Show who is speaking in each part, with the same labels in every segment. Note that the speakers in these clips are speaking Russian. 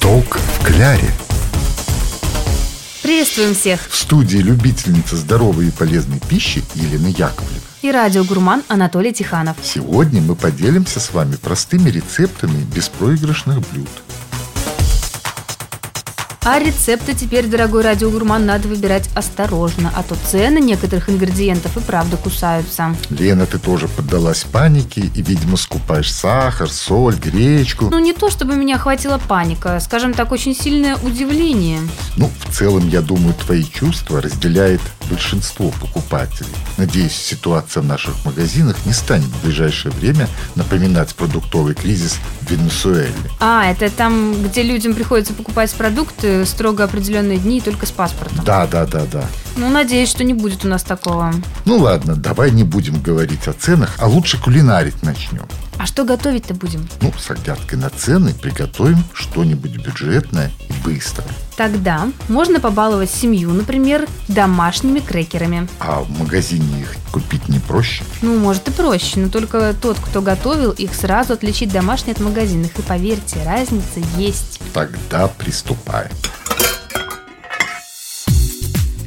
Speaker 1: Толк в кляре.
Speaker 2: Приветствуем всех!
Speaker 1: В студии любительница здоровой и полезной пищи Елена Яковлева.
Speaker 2: И радиогурман Анатолий Тиханов.
Speaker 1: Сегодня мы поделимся с вами простыми рецептами беспроигрышных блюд.
Speaker 2: А рецепты теперь, дорогой радиогурман, надо выбирать осторожно, а то цены некоторых ингредиентов и правда кусаются.
Speaker 1: Лена, ты тоже поддалась панике и, видимо, скупаешь сахар, соль, гречку.
Speaker 2: Ну, не то, чтобы меня хватила паника, скажем так, очень сильное удивление.
Speaker 1: Ну, в целом, я думаю, твои чувства разделяет большинство покупателей. Надеюсь, ситуация в наших магазинах не станет в ближайшее время напоминать продуктовый кризис в Венесуэле.
Speaker 2: А, это там, где людям приходится покупать продукты в строго определенные дни и только с паспортом.
Speaker 1: Да, да, да, да.
Speaker 2: Ну, надеюсь, что не будет у нас такого.
Speaker 1: Ну ладно, давай не будем говорить о ценах, а лучше кулинарить начнем.
Speaker 2: А что готовить-то будем?
Speaker 1: Ну, с оглядкой на цены приготовим что-нибудь бюджетное и быстрое.
Speaker 2: Тогда можно побаловать семью, например, домашними крекерами.
Speaker 1: А в магазине их купить не проще?
Speaker 2: Ну, может и проще, но только тот, кто готовил их, сразу отличить домашние от магазинных. И поверьте, разница есть.
Speaker 1: Тогда приступаем.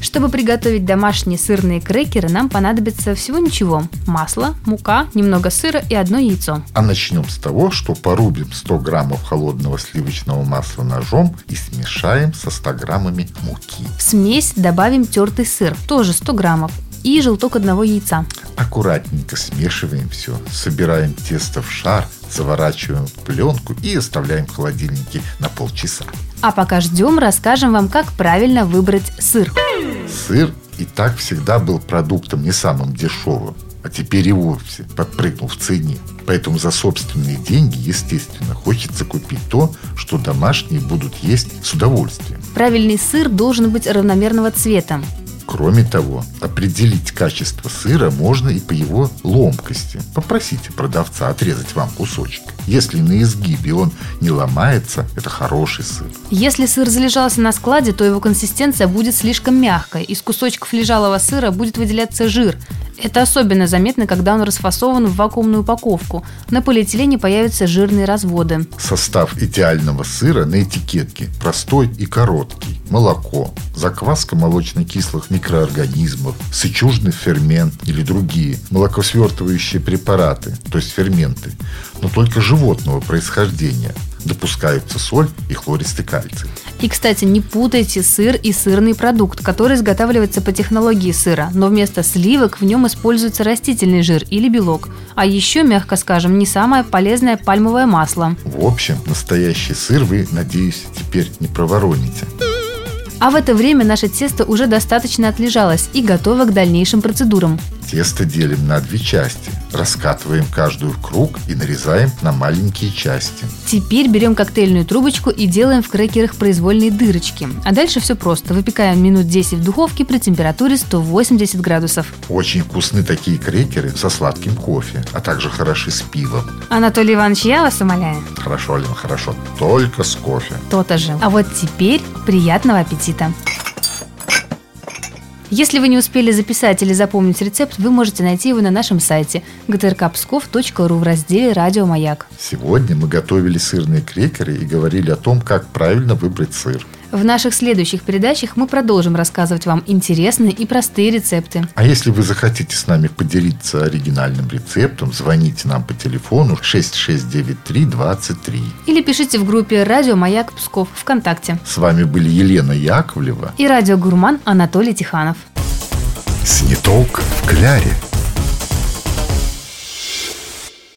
Speaker 2: Чтобы приготовить домашние сырные крекеры, нам понадобится всего ничего. Масло, мука, немного сыра и одно яйцо.
Speaker 1: А начнем с того, что порубим 100 граммов холодного сливочного масла ножом и смешаем со 100 граммами муки.
Speaker 2: В смесь добавим тертый сыр, тоже 100 граммов, и желток одного яйца.
Speaker 1: Аккуратненько смешиваем все, собираем тесто в шар, заворачиваем в пленку и оставляем в холодильнике на полчаса.
Speaker 2: А пока ждем, расскажем вам, как правильно выбрать сыр.
Speaker 1: Сыр и так всегда был продуктом не самым дешевым, а теперь и вовсе подпрыгнул в цене. Поэтому за собственные деньги, естественно, хочется купить то, что домашние будут есть с удовольствием.
Speaker 2: Правильный сыр должен быть равномерного цвета.
Speaker 1: Кроме того, определить качество сыра можно и по его ломкости. Попросите продавца отрезать вам кусочек. Если на изгибе он не ломается, это хороший сыр.
Speaker 2: Если сыр залежался на складе, то его консистенция будет слишком мягкой. Из кусочков лежалого сыра будет выделяться жир. Это особенно заметно, когда он расфасован в вакуумную упаковку. На полиэтилене появятся жирные разводы.
Speaker 1: Состав идеального сыра на этикетке простой и короткий. Молоко, закваска молочно-кислых микроорганизмов, сычужный фермент или другие молокосвертывающие препараты, то есть ферменты, но только животного происхождения. Допускаются соль и хлористый кальций.
Speaker 2: И, кстати, не путайте сыр и сырный продукт, который изготавливается по технологии сыра, но вместо сливок в нем используется растительный жир или белок. А еще, мягко скажем, не самое полезное пальмовое масло.
Speaker 1: В общем, настоящий сыр вы, надеюсь, теперь не провороните.
Speaker 2: А в это время наше тесто уже достаточно отлежалось и готово к дальнейшим процедурам.
Speaker 1: Тесто делим на две части. Раскатываем каждую в круг и нарезаем на маленькие части.
Speaker 2: Теперь берем коктейльную трубочку и делаем в крекерах произвольные дырочки. А дальше все просто. Выпекаем минут 10 в духовке при температуре 180 градусов.
Speaker 1: Очень вкусны такие крекеры со сладким кофе, а также хороши с пивом.
Speaker 2: Анатолий Иванович, я вас умоляю.
Speaker 1: Хорошо, Лена, хорошо. Только с кофе.
Speaker 2: То-то же. А вот теперь приятного аппетита. Если вы не успели записать или запомнить рецепт, вы можете найти его на нашем сайте gtrkpskov.ru в разделе «Радио Маяк».
Speaker 1: Сегодня мы готовили сырные крекеры и говорили о том, как правильно выбрать сыр.
Speaker 2: В наших следующих передачах мы продолжим рассказывать вам интересные и простые рецепты.
Speaker 1: А если вы захотите с нами поделиться оригинальным рецептом, звоните нам по телефону 669323.
Speaker 2: Или пишите в группе «Радио Маяк Псков» ВКонтакте.
Speaker 1: С вами были Елена Яковлева.
Speaker 2: И радиогурман Анатолий Тиханов.
Speaker 1: Сниток в кляре.